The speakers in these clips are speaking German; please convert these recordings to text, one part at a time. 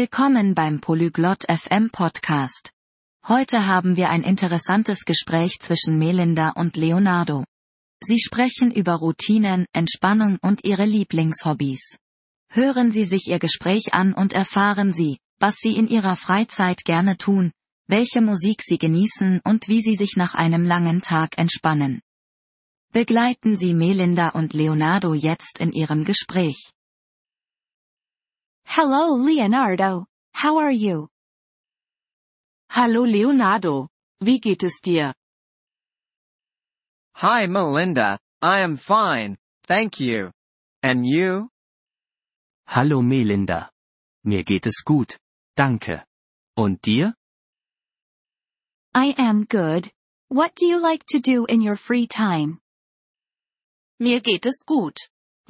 Willkommen beim Polyglot FM Podcast. Heute haben wir ein interessantes Gespräch zwischen Melinda und Leonardo. Sie sprechen über Routinen, Entspannung und ihre Lieblingshobbys. Hören Sie sich Ihr Gespräch an und erfahren Sie, was Sie in Ihrer Freizeit gerne tun, welche Musik Sie genießen und wie Sie sich nach einem langen Tag entspannen. Begleiten Sie Melinda und Leonardo jetzt in ihrem Gespräch. Hello, Leonardo. How are you? Hallo Leonardo. Wie geht es dir? Hi Melinda, I am fine, thank you. And you? Hallo Melinda. Mir geht es gut. Danke. Und dir? I am good. What do you like to do in your free time? Mir geht es gut.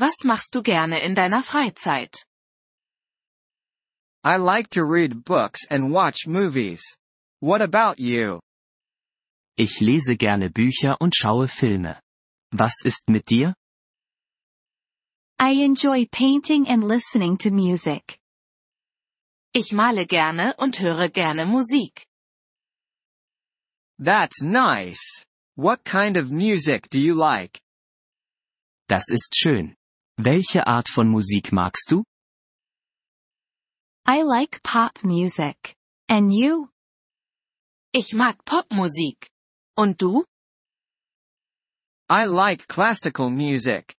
Was machst du gerne in deiner Freizeit? I like to read books and watch movies. What about you? Ich lese gerne Bücher und schaue Filme. Was ist mit dir? I enjoy painting and listening to music. Ich male gerne und höre gerne Musik. That's nice. What kind of music do you like? Das ist schön. Welche Art von Musik magst du? I like pop music. And you? Ich mag Popmusik. Und du? I like classical music.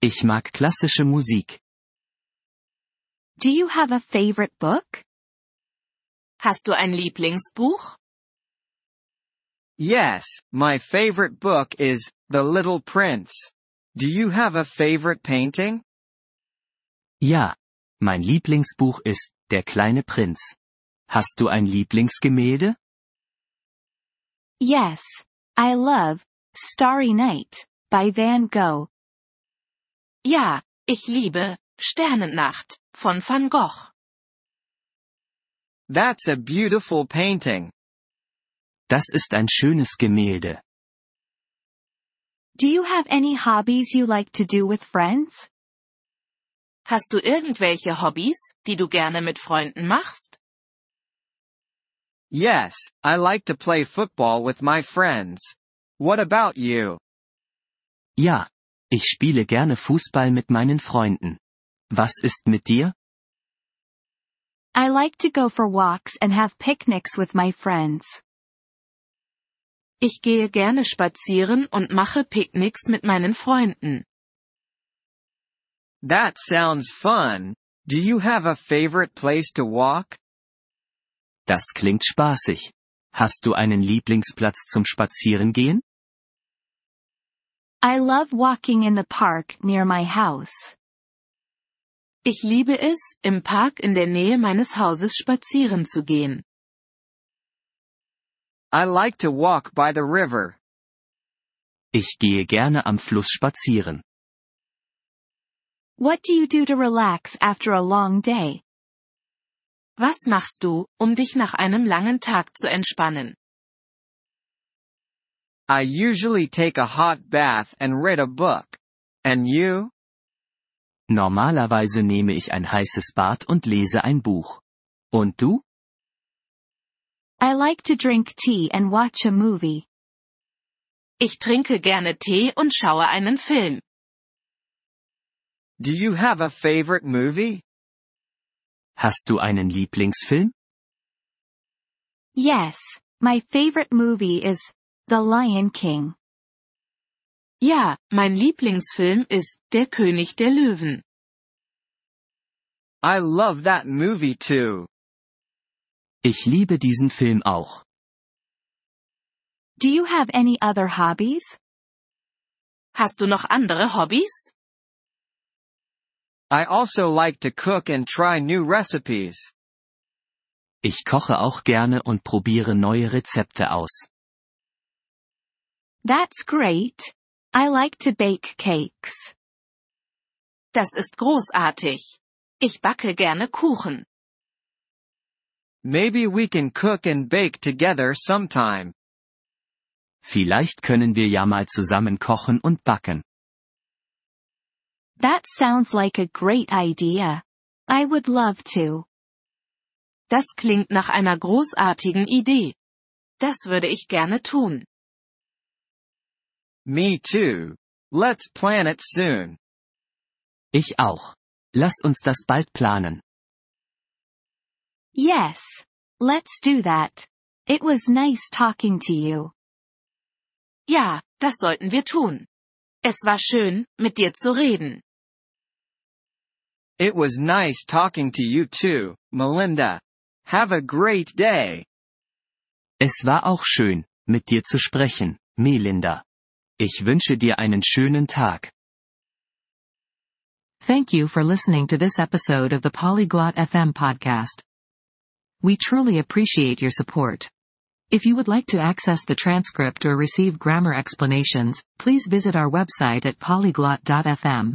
Ich mag klassische Musik. Do you have a favorite book? Hast du ein Lieblingsbuch? Yes, my favorite book is The Little Prince. Do you have a favorite painting? Ja. Mein Lieblingsbuch ist Der kleine Prinz. Hast du ein Lieblingsgemälde? Yes. I love Starry Night by Van Gogh. Ja, ich liebe Sternennacht von Van Gogh. That's a beautiful painting. Das ist ein schönes Gemälde. Do you have any hobbies you like to do with friends? Hast du irgendwelche Hobbys, die du gerne mit Freunden machst? Yes, I like to play football with my friends. What about you? Ja. Ich spiele gerne Fußball mit meinen Freunden. Was ist mit dir? I like to go for walks and have picnics with my friends. Ich gehe gerne spazieren und mache Picknicks mit meinen Freunden. That sounds fun. Do you have a favorite place to walk? Das klingt spaßig. Hast du einen Lieblingsplatz zum Spazierengehen? I love walking in the park near my house. Ich liebe es, im Park in der Nähe meines Hauses spazieren zu gehen. I like to walk by the river. Ich gehe gerne am Fluss spazieren. What do you do to relax after a long day? Was machst du, um dich nach einem langen Tag zu entspannen? I usually take a hot bath and read a book. And you? Normalerweise nehme ich ein heißes Bad und lese ein Buch. Und du? I like to drink tea and watch a movie. Ich trinke gerne Tee und schaue einen Film. Do you have a favorite movie? Hast du einen Lieblingsfilm? Yes, my favorite movie is The Lion King. Ja, mein Lieblingsfilm ist Der König der Löwen. I love that movie too. Ich liebe diesen Film auch. Do you have any other hobbies? Hast du noch andere Hobbys? I also like to cook and try new recipes. Ich koche auch gerne und probiere neue Rezepte aus. That's great. I like to bake cakes. Das ist großartig. Ich backe gerne Kuchen. Maybe we can cook and bake together sometime. Vielleicht können wir ja mal zusammen kochen und backen. That sounds like a great idea. I would love to. Das klingt nach einer großartigen Idee. Das würde ich gerne tun. Me too. Let's plan it soon. Ich auch. Lass uns das bald planen. Yes. Let's do that. It was nice talking to you. Ja, das sollten wir tun. Es war schön, mit dir zu reden. It was nice talking to you too, Melinda. Have a great day. Es war auch schön, mit dir zu sprechen, Melinda. Ich wünsche dir einen schönen Tag. Thank you for listening to this episode of the Polyglot FM podcast. We truly appreciate your support. If you would like to access the transcript or receive grammar explanations, please visit our website at polyglot.fm.